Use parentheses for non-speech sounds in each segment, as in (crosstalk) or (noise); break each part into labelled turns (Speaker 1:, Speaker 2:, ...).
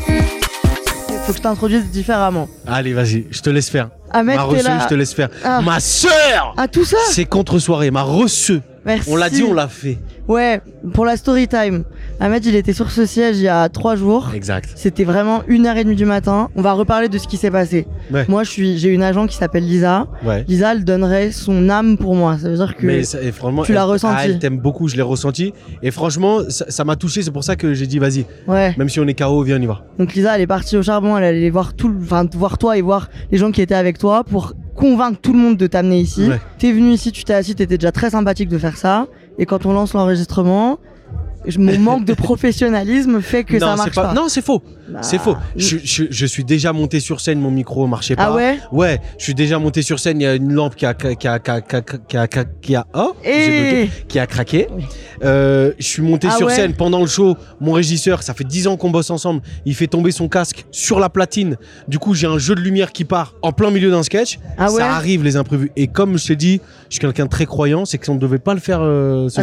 Speaker 1: Faut que je t'introduise différemment.
Speaker 2: Allez, vas-y, je te laisse faire.
Speaker 1: Ah mec,
Speaker 2: ma
Speaker 1: t'es
Speaker 2: reçue,
Speaker 1: là.
Speaker 2: je te laisse faire.
Speaker 1: Ah.
Speaker 2: Ma sœur
Speaker 1: Ah tout ça
Speaker 2: C'est contre-soirée, ma reçue.
Speaker 1: Merci.
Speaker 2: On l'a dit, on l'a fait.
Speaker 1: Ouais, pour la story time. Ahmed, il était sur ce siège il y a trois jours.
Speaker 2: Exact.
Speaker 1: C'était vraiment une heure et demie du matin. On va reparler de ce qui s'est passé.
Speaker 2: Ouais.
Speaker 1: Moi, je suis, j'ai une agent qui s'appelle Lisa.
Speaker 2: Ouais.
Speaker 1: Lisa, elle donnerait son âme pour moi. Ça veut dire que.
Speaker 2: Mais ça- et franchement,
Speaker 1: tu l'as
Speaker 2: elle-
Speaker 1: ressenti.
Speaker 2: ah, elle t'aime beaucoup, je l'ai ressenti. Et franchement, ça ça m'a touché, c'est pour ça que j'ai dit, vas-y,
Speaker 1: Ouais.
Speaker 2: même si on est KO, viens, on y va.
Speaker 1: Donc Lisa, elle est partie au charbon. Elle allait voir tout, le- enfin, voir toi et voir les gens qui étaient avec toi pour convaincre tout le monde de t'amener ici.
Speaker 2: Ouais.
Speaker 1: T'es venu ici, tu t'es assis, t'étais déjà très sympathique de faire ça. Et quand on lance l'enregistrement, je-
Speaker 2: (laughs)
Speaker 1: mon manque de professionnalisme fait que ça
Speaker 2: non, c'est
Speaker 1: marche pas.
Speaker 2: non, c'est faux.
Speaker 1: Bah,
Speaker 2: C'est faux. Je, je- je suis déjà monté sur scène, mon micro marchait pas.
Speaker 1: Ah ouais.
Speaker 2: Ouais, je suis déjà monté sur scène, il y a une lampe qui a qui a qui a qui a qui a qui a- qui a- qui a- oh, j'ai bugué.
Speaker 1: Et
Speaker 2: qui a craqué. Euh, je suis monté
Speaker 1: Ah
Speaker 2: sur
Speaker 1: ouais
Speaker 2: scène pendant le show. Mon régisseur, ça fait 10 ans qu'on bosse ensemble, il fait tomber son casque sur la platine. Du coup, j'ai un jeu de lumière qui part en plein milieu d'un sketch.
Speaker 1: ah ouais.
Speaker 2: Ça arrive, les imprévus. Et comme je t'ai dit, je suis quelqu'un de très croyant, c'est que ça ne devait pas le faire euh, ce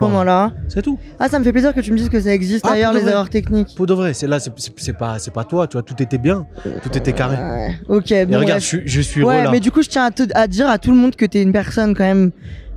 Speaker 1: moment-là.
Speaker 2: C'est tout.
Speaker 1: Ah, ça me fait plaisir que tu me dises que ça existe
Speaker 2: Ah,
Speaker 1: ailleurs,
Speaker 2: pour de
Speaker 1: les
Speaker 2: vrai.
Speaker 1: erreurs techniques.
Speaker 2: Pour de vrai, c'est là, c'est- c'est c'est pas, c'est pas toi, tu vois, tout était bien, tout était carré.
Speaker 1: Ouais. Ok,
Speaker 2: Et
Speaker 1: bon,
Speaker 2: regarde,
Speaker 1: bref.
Speaker 2: je, suis- je suis
Speaker 1: Ouais,
Speaker 2: relâche.
Speaker 1: mais du coup, je tiens à, te- à dire à tout le monde que t'es une personne quand même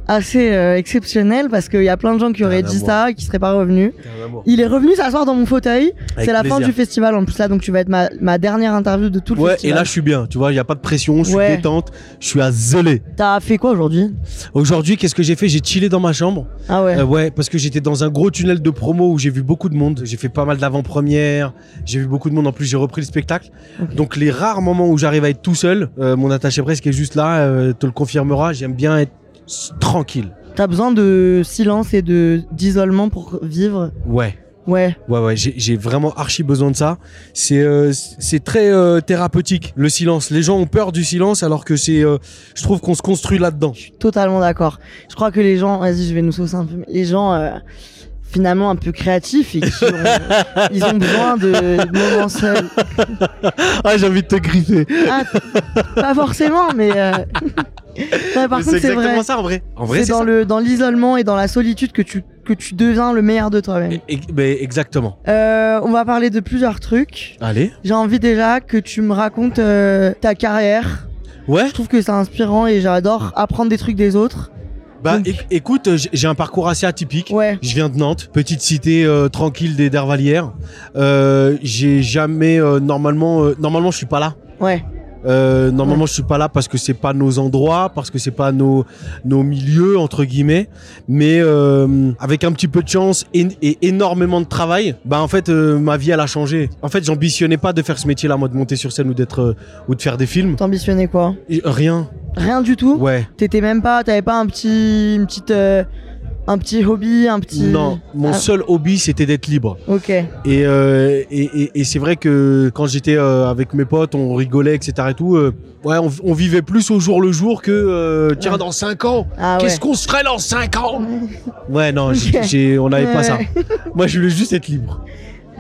Speaker 1: assez euh, exceptionnelle parce qu'il y a plein de gens qui
Speaker 2: T'as
Speaker 1: auraient
Speaker 2: un
Speaker 1: dit
Speaker 2: amour.
Speaker 1: ça et qui seraient pas revenus.
Speaker 2: T'es un amour.
Speaker 1: Il est revenu s'asseoir dans mon fauteuil.
Speaker 2: Avec
Speaker 1: C'est la fin
Speaker 2: plaisir.
Speaker 1: du festival en plus là, donc tu vas être ma, ma dernière interview de tout le
Speaker 2: Ouais, et
Speaker 1: festival.
Speaker 2: là, je suis bien, tu vois, il n'y a pas de pression, je suis
Speaker 1: Ouais.
Speaker 2: détente, je suis à zélé.
Speaker 1: T'as fait quoi aujourd'hui
Speaker 2: Aujourd'hui, qu'est-ce que j'ai fait J'ai chillé dans ma chambre.
Speaker 1: Ah ouais.
Speaker 2: Euh, ouais, parce que j'étais dans un gros tunnel de promo où j'ai vu beaucoup de monde. J'ai fait pas mal d'avant-premières. J'ai vu beaucoup de monde. En plus, j'ai repris le spectacle. Donc, les rares moments où j'arrive à être tout seul, euh, mon attaché presse qui est juste là, euh, te le confirmera. J'aime bien être s- tranquille.
Speaker 1: T'as besoin de silence et de d'isolement pour vivre.
Speaker 2: Ouais.
Speaker 1: Ouais.
Speaker 2: Ouais, ouais, j'ai j'ai vraiment archi besoin de ça. C'est euh, c- c'est très euh, thérapeutique, le silence. Les gens ont peur du silence alors que c'est. euh, je trouve qu'on se construit là-dedans.
Speaker 1: Totalement d'accord. Je crois que les gens, vas-y, je vais nous saucer un peu. mais Les gens euh, finalement un peu créatifs et
Speaker 2: (laughs)
Speaker 1: qui ont, ils ont besoin de moments seuls.
Speaker 2: Ah, j'ai envie de te griffer.
Speaker 1: Ah, pas forcément, mais
Speaker 2: (laughs)
Speaker 1: euh, ouais, par
Speaker 2: Mais
Speaker 1: contre c'est vrai.
Speaker 2: ça en vrai. En vrai,
Speaker 1: C'est
Speaker 2: c'est
Speaker 1: dans
Speaker 2: ça.
Speaker 1: le dans l'isolement et dans la solitude que tu que tu deviens le meilleur de toi-même.
Speaker 2: Et- et- ben, exactement.
Speaker 1: Euh, on va parler de plusieurs trucs.
Speaker 2: Allez.
Speaker 1: J'ai envie déjà que tu me racontes euh, ta carrière.
Speaker 2: Ouais.
Speaker 1: Je trouve que c'est inspirant et j'adore apprendre des trucs des autres.
Speaker 2: Bah
Speaker 1: Donc-
Speaker 2: éc- écoute, euh, j'ai- j'ai un parcours assez atypique.
Speaker 1: Ouais.
Speaker 2: Je viens de Nantes, petite cité euh, tranquille des Dervalières. Euh, j'ai jamais euh, normalement euh, normalement je suis pas là.
Speaker 1: Ouais.
Speaker 2: Euh, normalement je suis pas là parce que c'est pas nos endroits, parce que c'est pas nos nos milieux entre guillemets. Mais euh, avec un petit peu de chance et, et énormément de travail, bah en fait euh, ma vie elle a changé. En fait j'ambitionnais pas de faire ce métier-là, moi de monter sur scène ou d'être euh, ou de faire des films.
Speaker 1: T'ambitionnais quoi
Speaker 2: Et rien.
Speaker 1: Rien du tout.
Speaker 2: Ouais.
Speaker 1: T'étais même pas, t'avais pas un petit, une petite, euh, un petit hobby, un petit.
Speaker 2: Non. Mon
Speaker 1: Ah.
Speaker 2: seul hobby c'était d'être libre.
Speaker 1: Ok.
Speaker 2: Et, euh, et, et, et c'est vrai que quand j'étais euh, avec mes potes, on rigolait, etc. Et tout, euh, ouais, on, on vivait plus au jour le jour que euh, tiens,
Speaker 1: Ouais.
Speaker 2: dans 5 ans,
Speaker 1: Ah ouais.
Speaker 2: qu'est-ce qu'on se ferait dans 5 ans Ouais, non, j'ai-
Speaker 1: Ok.
Speaker 2: j'ai- on n'avait pas
Speaker 1: Ouais,
Speaker 2: ça.
Speaker 1: ouais.
Speaker 2: Moi, je voulais juste être libre.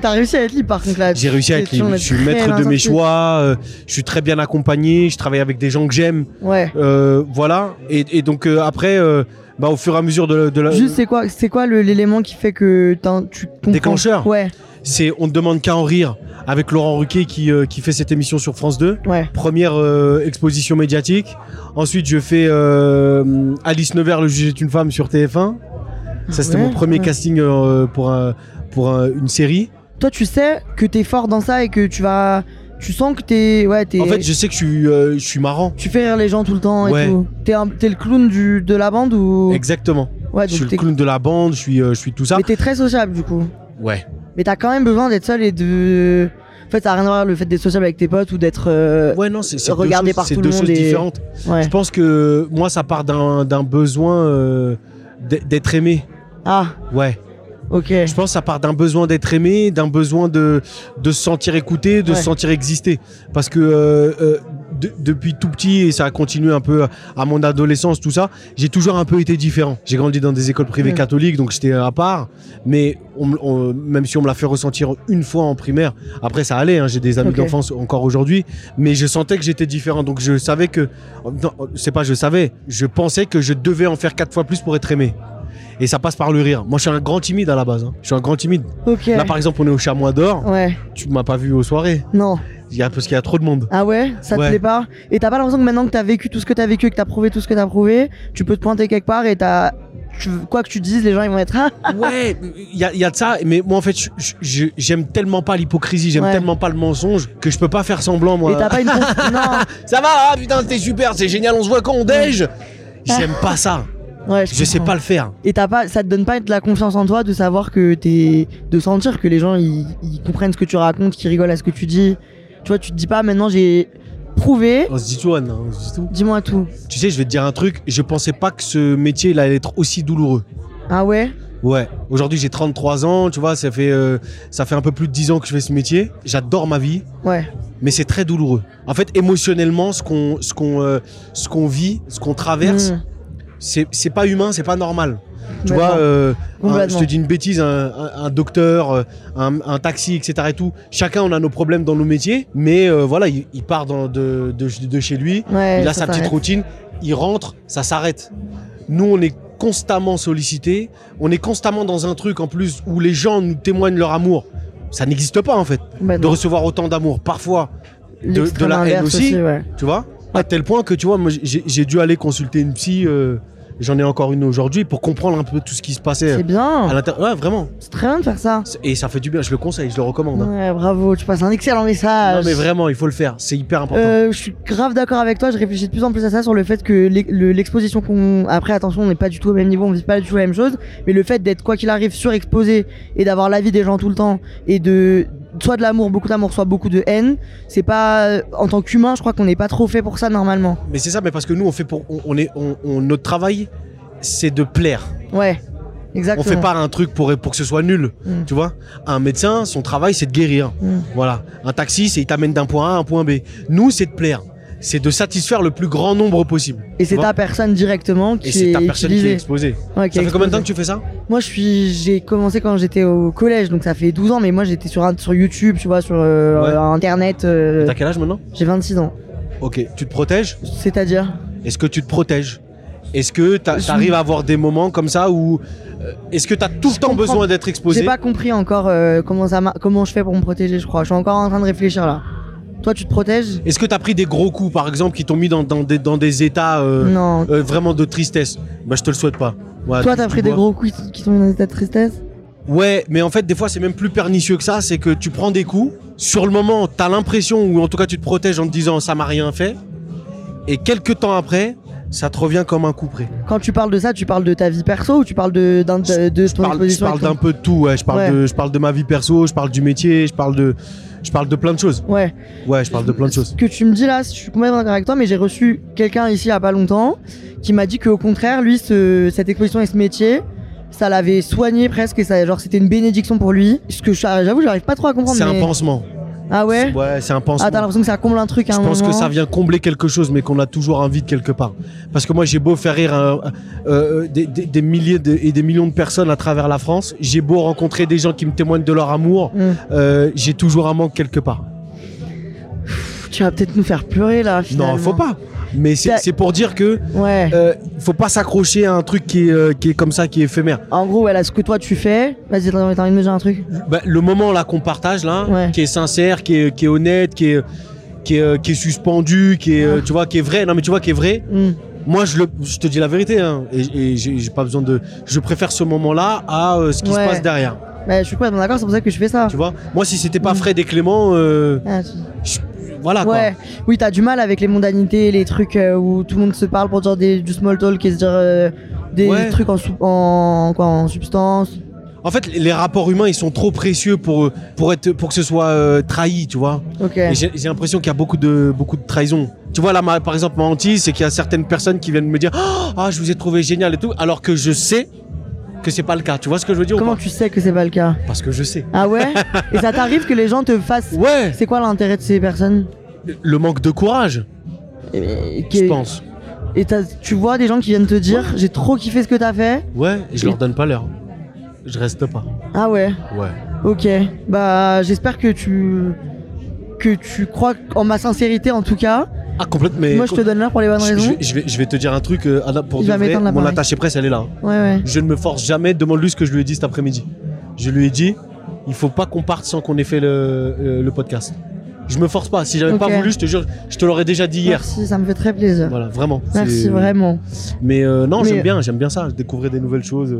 Speaker 1: T'as réussi à être libre par contre là.
Speaker 2: J'ai réussi à être
Speaker 1: Tu- tu
Speaker 2: libre.
Speaker 1: en
Speaker 2: Je
Speaker 1: es
Speaker 2: suis
Speaker 1: très
Speaker 2: maître de
Speaker 1: bien
Speaker 2: mes
Speaker 1: sorti.
Speaker 2: choix, euh, je suis très bien accompagné, je travaille avec des gens que j'aime.
Speaker 1: Ouais.
Speaker 2: Euh, voilà. Et, et donc, euh, après, euh, bah, au fur et à mesure de, la- de la.
Speaker 1: Juste, c'est quoi, c'est quoi le- l'élément qui fait que t'as- tu comprends
Speaker 2: Déclencheur
Speaker 1: Ouais,
Speaker 2: C'est On ne demande qu'à en rire avec Laurent Ruquier qui, euh, qui fait cette émission sur France 2.
Speaker 1: ouais.
Speaker 2: Première euh, exposition médiatique. Ensuite, je fais euh, Alice Nevers, le juge est une femme sur TF1. Ça, c'était
Speaker 1: Ouais,
Speaker 2: mon premier
Speaker 1: ouais.
Speaker 2: casting euh, pour, un- pour un- une série.
Speaker 1: Toi, tu sais que t'es fort dans ça et que tu vas. Tu sens que t'es. Ouais, t'es.
Speaker 2: En fait, je sais que je suis, euh, je suis marrant.
Speaker 1: Tu fais rire les gens tout le temps et
Speaker 2: Ouais.
Speaker 1: tout. T'es un- t'es le clown du, de la bande ou.
Speaker 2: Exactement.
Speaker 1: Ouais,
Speaker 2: je
Speaker 1: Oh.
Speaker 2: suis
Speaker 1: Ah, donc
Speaker 2: le
Speaker 1: t'es.
Speaker 2: clown de la bande, je suis, euh, je suis tout ça.
Speaker 1: Mais t'es très sociable du coup.
Speaker 2: Ouais.
Speaker 1: Mais t'as quand même besoin d'être seul et de. En fait, ça a rien à voir le fait d'être sociable avec tes potes ou d'être. euh,
Speaker 2: Ouais, non, c'est c'est deux
Speaker 1: Regardé
Speaker 2: choses-
Speaker 1: par
Speaker 2: c'est
Speaker 1: tout
Speaker 2: deux
Speaker 1: le monde
Speaker 2: choses
Speaker 1: et-
Speaker 2: différentes.
Speaker 1: Ouais.
Speaker 2: Je pense que moi, ça part d'un d'un besoin euh, d'e- d'être aimé.
Speaker 1: Ah,
Speaker 2: Ouais.
Speaker 1: ok.
Speaker 2: Je pense que ça part d'un besoin d'être aimé, d'un besoin de, de se sentir écouté, de
Speaker 1: Ouais.
Speaker 2: se sentir exister. Parce que euh, euh, de- depuis tout petit, et ça a continué un peu à mon adolescence, tout ça, j'ai toujours un peu été différent. J'ai grandi dans des écoles privées
Speaker 1: Mm.
Speaker 2: catholiques, donc j'étais à part. Mais on me- on- même si on me l'a fait ressentir une fois en primaire, après ça allait, hein, j'ai des amis
Speaker 1: Ok.
Speaker 2: d'enfance encore aujourd'hui, mais je sentais que j'étais différent. Donc je savais que... Non, c'est pas je savais, je pensais que je devais en faire quatre fois plus pour être aimé. Et ça passe par le rire. Moi, je suis un grand timide à la base. hein. Je suis un grand timide.
Speaker 1: Ok.
Speaker 2: Là, par exemple, on est au Chamois d'Or.
Speaker 1: Ouais,
Speaker 2: Tu m'as pas vu aux soirées.
Speaker 1: non.
Speaker 2: Il y a, parce qu'il y a trop de monde.
Speaker 1: Ah ouais Ça te
Speaker 2: Ouais.
Speaker 1: plaît pas Et t'as pas l'impression que maintenant que t'as vécu tout ce que t'as vécu et que t'as prouvé tout ce que t'as prouvé, tu peux te pointer quelque part et t'as. tu- Quoi que tu dises, les gens ils vont être. Ah
Speaker 2: Ouais, il y a, il y a de ça. Mais moi, en fait, je- je- je- j'aime tellement pas l'hypocrisie, j'aime
Speaker 1: Ouais.
Speaker 2: tellement pas le mensonge que je peux pas faire semblant,
Speaker 1: Et t'as
Speaker 2: moi.
Speaker 1: pas une. cons- non
Speaker 2: Ça va, ah, putain, t'es super, c'est génial, on se voit quand on déj. J'aime pas ça.
Speaker 1: Ouais,
Speaker 2: (laughs) Je sais
Speaker 1: Mm. comprends.
Speaker 2: pas le faire.
Speaker 1: Et t'as pas, ça te donne pas de la confiance en toi de savoir que t'es, de sentir que les gens ils, ils comprennent ce que tu racontes, qu'ils rigolent à ce que tu dis. Tu vois, tu te dis pas maintenant j'ai prouvé.
Speaker 2: On se dit tout, Anne, hein, on se dit tout.
Speaker 1: Dis-moi tout.
Speaker 2: Tu sais, je vais te dire un truc. Je pensais pas que ce métier, il allait être aussi douloureux.
Speaker 1: Ah ouais
Speaker 2: Ouais, aujourd'hui j'ai 33 ans, tu vois, ça fait, euh, ça fait un peu plus de 10 ans que je fais ce métier. J'adore ma vie,
Speaker 1: Ouais.
Speaker 2: mais c'est très douloureux. En fait, émotionnellement, ce qu'on ce qu'on euh, ce qu'on vit, ce qu'on traverse,
Speaker 1: Mmh.
Speaker 2: c'est c'est pas humain, c'est pas normal. Tu
Speaker 1: Complètement.
Speaker 2: vois, euh, un- je
Speaker 1: Complètement.
Speaker 2: te dis une bêtise, un, un- un docteur, euh, un, un taxi, etc. Et tout. Chacun, on a nos problèmes dans nos métiers, mais euh, voilà, il, il part dans- de, de- de chez lui,
Speaker 1: Ouais,
Speaker 2: il a
Speaker 1: ça
Speaker 2: sa petite
Speaker 1: s'arrête.
Speaker 2: routine, il rentre, ça s'arrête. Nous, on est constamment sollicités, on est constamment dans un truc en plus où les gens nous témoignent leur amour. Ça n'existe pas en fait, de
Speaker 1: Complètement.
Speaker 2: recevoir autant d'amour, parfois, de, de
Speaker 1: Bah, L'extrême
Speaker 2: la haine
Speaker 1: inverse
Speaker 2: aussi,
Speaker 1: ouais.
Speaker 2: tu vois. À tel point que, tu vois, moi, j'ai j'ai dû aller consulter une psy, euh, j'en ai encore une aujourd'hui, pour comprendre un peu tout ce qui se
Speaker 1: C'est
Speaker 2: passait. hein. À
Speaker 1: bien.
Speaker 2: l'intérieur. ouais, vraiment.
Speaker 1: C'est très bien de faire ça.
Speaker 2: C'est- Et ça fait du bien, je le conseille, je le recommande. hein.
Speaker 1: Ouais, bravo. Tu passes un excellent message.
Speaker 2: Non, mais vraiment, il faut le faire, c'est hyper important.
Speaker 1: Euh, je suis grave d'accord avec toi. Je réfléchis de plus en plus à ça sur le fait que l'e- le- l'exposition qu'on. Après, attention, on n'est pas du tout au même niveau, on vit pas du tout la même chose. Mais le fait d'être, quoi qu'il arrive, surexposé et d'avoir l'avis des gens tout le temps et de. Soit de l'amour, beaucoup d'amour, soit beaucoup de haine. C'est pas. En tant qu'humain, je crois qu'on n'est pas trop fait pour ça normalement.
Speaker 2: Mais c'est ça, mais parce que nous, on fait pour. On, on est, on- on- notre travail, c'est de plaire.
Speaker 1: Ouais.
Speaker 2: On
Speaker 1: Exactement.
Speaker 2: fait pas un truc pour, pour que ce soit nul,
Speaker 1: Mm.
Speaker 2: tu vois. Un médecin, son travail, c'est de guérir.
Speaker 1: Mm.
Speaker 2: Voilà. Un taxi, c'est il t'amène d'un point A à un point B. Nous, c'est de plaire. C'est de satisfaire le plus grand nombre possible.
Speaker 1: Et
Speaker 2: tu
Speaker 1: c'est
Speaker 2: vois.
Speaker 1: ta personne directement qui
Speaker 2: Et c'est ta
Speaker 1: est
Speaker 2: personne qui est
Speaker 1: utilisée.
Speaker 2: exposée.
Speaker 1: Ouais, qui
Speaker 2: ça
Speaker 1: est
Speaker 2: fait combien de temps
Speaker 1: exposée.
Speaker 2: que tu fais ça
Speaker 1: Moi, je suis, j'ai commencé quand j'étais au collège, donc ça fait 12 ans, mais moi j'étais sur, un- sur YouTube, tu vois, sur euh,
Speaker 2: Ouais.
Speaker 1: Internet. euh,
Speaker 2: T'as quel âge maintenant
Speaker 1: j'ai 26 ans.
Speaker 2: Ok. Tu te protèges
Speaker 1: C'est-à-dire
Speaker 2: Est-ce que tu te protèges Est-ce que t'a-
Speaker 1: Je-
Speaker 2: t'arrives à avoir des moments comme ça où. euh, Est-ce que t'as tout le temps
Speaker 1: comprends.
Speaker 2: besoin d'être
Speaker 1: J'ai
Speaker 2: exposé
Speaker 1: pas compris encore euh, comment, ça mar- comment je fais pour me protéger, je crois. Je suis encore en train de réfléchir là. Toi, tu te protèges
Speaker 2: Est-ce que t'as pris des gros coups, par exemple, qui t'ont mis dans, dans des, dans des états euh,
Speaker 1: Non.
Speaker 2: euh, vraiment de tristesse Bah, je te le souhaite pas. Voilà,
Speaker 1: Toi,
Speaker 2: tu-
Speaker 1: t'as
Speaker 2: tu
Speaker 1: pris des
Speaker 2: bois.
Speaker 1: gros coups qui- qui t'ont mis dans un état de tristesse
Speaker 2: Ouais, mais en fait, des fois, c'est même plus pernicieux que ça. C'est que tu prends des coups. Sur le moment, t'as l'impression, ou en tout cas, tu te protèges en te disant ça m'a rien fait. Et quelques temps après, ça te revient comme un coup près.
Speaker 1: Quand tu parles de ça, tu parles de ta vie perso ou tu parles de, d'un- de, de
Speaker 2: Je
Speaker 1: ton
Speaker 2: parle, je
Speaker 1: exposition
Speaker 2: parle
Speaker 1: avec ton-
Speaker 2: d'un peu de tout. Ouais. Je, parle
Speaker 1: Ouais.
Speaker 2: de, je parle de ma vie perso, je parle du métier, je parle de, je parle de plein de choses.
Speaker 1: Ouais.
Speaker 2: Ouais, je parle de plein de
Speaker 1: Ce
Speaker 2: choses.
Speaker 1: que tu me dis là, je suis complètement d'accord avec toi, mais j'ai reçu quelqu'un ici il y a pas longtemps qui m'a dit qu'au contraire, lui, ce- cette exposition et ce métier, ça l'avait soigné presque et ça, genre, c'était une bénédiction pour lui. Ce que je- j'avoue, j'arrive pas trop à comprendre.
Speaker 2: C'est un
Speaker 1: mais-
Speaker 2: pansement.
Speaker 1: Ah ouais
Speaker 2: Ouais, c'est un pansement.
Speaker 1: Ah, t'as l'impression que ça comble un truc à
Speaker 2: Je
Speaker 1: un
Speaker 2: pense que
Speaker 1: moment.
Speaker 2: ça vient combler quelque chose, mais qu'on a toujours un vide quelque part. Parce que moi, j'ai beau faire rire un- euh, des, des- des milliers de- et des millions de personnes à travers la France, j'ai beau rencontrer des gens qui me témoignent de leur amour,
Speaker 1: Mm.
Speaker 2: euh, j'ai toujours un manque quelque part.
Speaker 1: Tu vas peut-être nous faire pleurer là. Finalement.
Speaker 2: Non, faut pas. Mais c'est
Speaker 1: T'as-
Speaker 2: c'est pour dire que
Speaker 1: Ouais.
Speaker 2: euh, faut pas s'accrocher à un truc qui est, euh, qui est comme ça, qui est éphémère.
Speaker 1: En gros, voilà, ce que toi tu fais. Vas-y, t'as t'as envie de me dire un truc
Speaker 2: Bah, le moment là qu'on partage là,
Speaker 1: Ouais.
Speaker 2: qui est sincère, qui est, qui est honnête, qui est qui est, euh, qui est suspendu, qui est euh, tu vois, qui est vrai. Non mais tu vois, qui est vrai.
Speaker 1: Hmm.
Speaker 2: Moi, je le, je te dis la vérité. hein. et, et j'ai j'ai pas besoin de. Je préfère ce moment là à euh, ce qui
Speaker 1: Ouais.
Speaker 2: se passe derrière.
Speaker 1: Bah, je suis complètement d'accord, c'est pour ça que je fais ça.
Speaker 2: Tu vois. Moi, si c'était pas Fred et Clément, euh,
Speaker 1: Ah, tu-
Speaker 2: je- voilà
Speaker 1: Mm. Ouais, oui, t'as du mal avec les mondanités, les trucs euh, où tout le monde se parle pour dire des, du small talk et se dire euh, des
Speaker 2: Ouais.
Speaker 1: trucs en, sou- en, quoi, en substance.
Speaker 2: quoi. En fait, les rapports humains, ils sont trop précieux pour euh, pour être pour que ce soit euh, trahi, tu vois.
Speaker 1: Ok.
Speaker 2: Et j'ai j'ai l'impression qu'il y a beaucoup de, beaucoup de trahison. Tu vois, là, ma- par exemple, ma hantise, c'est qu'il y a certaines personnes qui viennent me dire Ah, je vous ai trouvé génial et tout, alors que je sais que c'est pas le cas. Tu vois ce que je veux dire ou
Speaker 1: Comment
Speaker 2: pas
Speaker 1: tu sais que c'est pas le cas
Speaker 2: Parce que je sais.
Speaker 1: Ah
Speaker 2: (laughs)
Speaker 1: ouais Et ça t'arrive que les gens te fassent.
Speaker 2: Ouais
Speaker 1: C'est quoi l'intérêt de ces personnes
Speaker 2: Le manque de courage,
Speaker 1: Et-
Speaker 2: je
Speaker 1: que-
Speaker 2: pense.
Speaker 1: Et t'as- tu vois des gens qui viennent te dire j'ai trop kiffé ce que t'as fait.
Speaker 2: Ouais, et je
Speaker 1: Et-
Speaker 2: leur donne pas l'heure. Je reste pas.
Speaker 1: Ah ouais.
Speaker 2: Ouais.
Speaker 1: Ok. Bah j'espère que tu que tu crois en ma sincérité en tout cas.
Speaker 2: Ah, complètement. mais-
Speaker 1: Moi je te donne l'heure pour les bonnes
Speaker 2: je, je
Speaker 1: raisons.
Speaker 2: vais, je vais- je vais te dire un truc, euh, Anna, pour
Speaker 1: Il
Speaker 2: de
Speaker 1: va
Speaker 2: vrai,
Speaker 1: m'éteindre
Speaker 2: mon
Speaker 1: l'appareil.
Speaker 2: attaché presse, elle est là. hein.
Speaker 1: Ouais ouais.
Speaker 2: Je ne me force jamais, demande-lui ce que je lui ai dit cet après-midi. Je lui ai dit, il faut pas qu'on parte sans qu'on ait fait le, euh, le- le podcast. Je me force pas, si j'avais
Speaker 1: Ok.
Speaker 2: pas voulu, je te jure, je te l'aurais déjà dit hier.
Speaker 1: Merci, ça me fait très plaisir.
Speaker 2: Voilà, vraiment.
Speaker 1: Merci
Speaker 2: C'est- euh,
Speaker 1: vraiment.
Speaker 2: Mais euh, non,
Speaker 1: Mais-
Speaker 2: j'aime bien, j'aime bien ça, découvrir des nouvelles choses.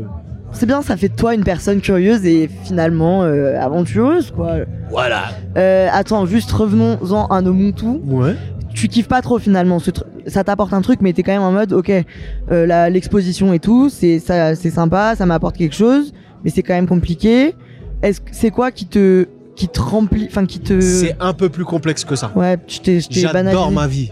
Speaker 1: C'est bien, ça fait de toi une personne curieuse et finalement euh, aventureuse quoi.
Speaker 2: Voilà.
Speaker 1: Euh, attends, juste revenons-en à nos moutous.
Speaker 2: Ouais.
Speaker 1: tu kiffes pas trop finalement. ce tru- ça t'apporte un truc, mais t'es quand même en mode, ok, euh, la- l'exposition et tout, c'est ça, c'est sympa, ça m'apporte quelque chose, mais c'est quand même compliqué. Est-ce que c'est quoi qui te qui te remplit, enfin qui te
Speaker 2: C'est Euh, un peu plus complexe que ça.
Speaker 1: ouais, je t'ai je t'ai banalisé.
Speaker 2: J'adore ma vie.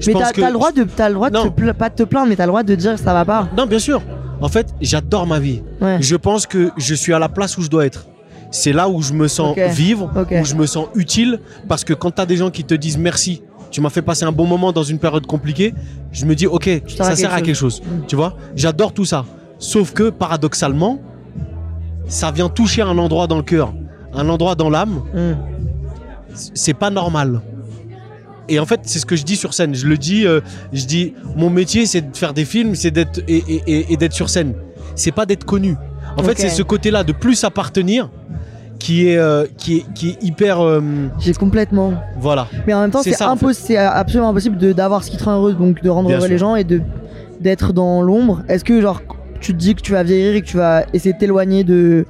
Speaker 2: Je
Speaker 1: Mais
Speaker 2: pense
Speaker 1: t'as
Speaker 2: que-
Speaker 1: t'as le droit de t'as le droit de
Speaker 2: Non.
Speaker 1: te pla- pas de te plaindre, mais t'as le droit de dire ça va pas.
Speaker 2: Non, bien sûr. En fait, j'adore ma vie.
Speaker 1: Ouais.
Speaker 2: Je pense que je suis à la place où je dois être. C'est là où je me sens
Speaker 1: Ok.
Speaker 2: vivre,
Speaker 1: Ok.
Speaker 2: où je me sens utile, parce que quand t'as des gens qui te disent merci, tu m'as fait passer un bon moment dans une période compliquée, je me dis ok,
Speaker 1: sers à
Speaker 2: ça sert à
Speaker 1: quelque
Speaker 2: quelque chose.
Speaker 1: Mm.
Speaker 2: Tu vois, j'adore tout ça. Sauf que paradoxalement, ça vient toucher un endroit dans le cœur, un endroit dans l'âme,
Speaker 1: Hmm.
Speaker 2: c'est pas normal. Et en fait, c'est ce que je dis sur scène. Je le dis, euh, je dis, mon métier, c'est de faire des films, c'est d'être et, et- et- et d'être sur scène. C'est pas d'être connu. En
Speaker 1: Ok.
Speaker 2: fait, c'est ce côté-là de plus appartenir qui est euh, qui est qui est hyper euh,
Speaker 1: J'ai complètement.
Speaker 2: voilà.
Speaker 1: Mais en même temps,
Speaker 2: C'est
Speaker 1: c'est
Speaker 2: ça, en fait.
Speaker 1: impossible, c'est euh, absolument impossible de- d'avoir ce qui te rend heureuse, donc de rendre
Speaker 2: Bien
Speaker 1: heureux les gens et de d'être dans l'ombre. Est-ce que genre tu te dis que tu vas vieillir et que tu vas essayer de t'éloigner de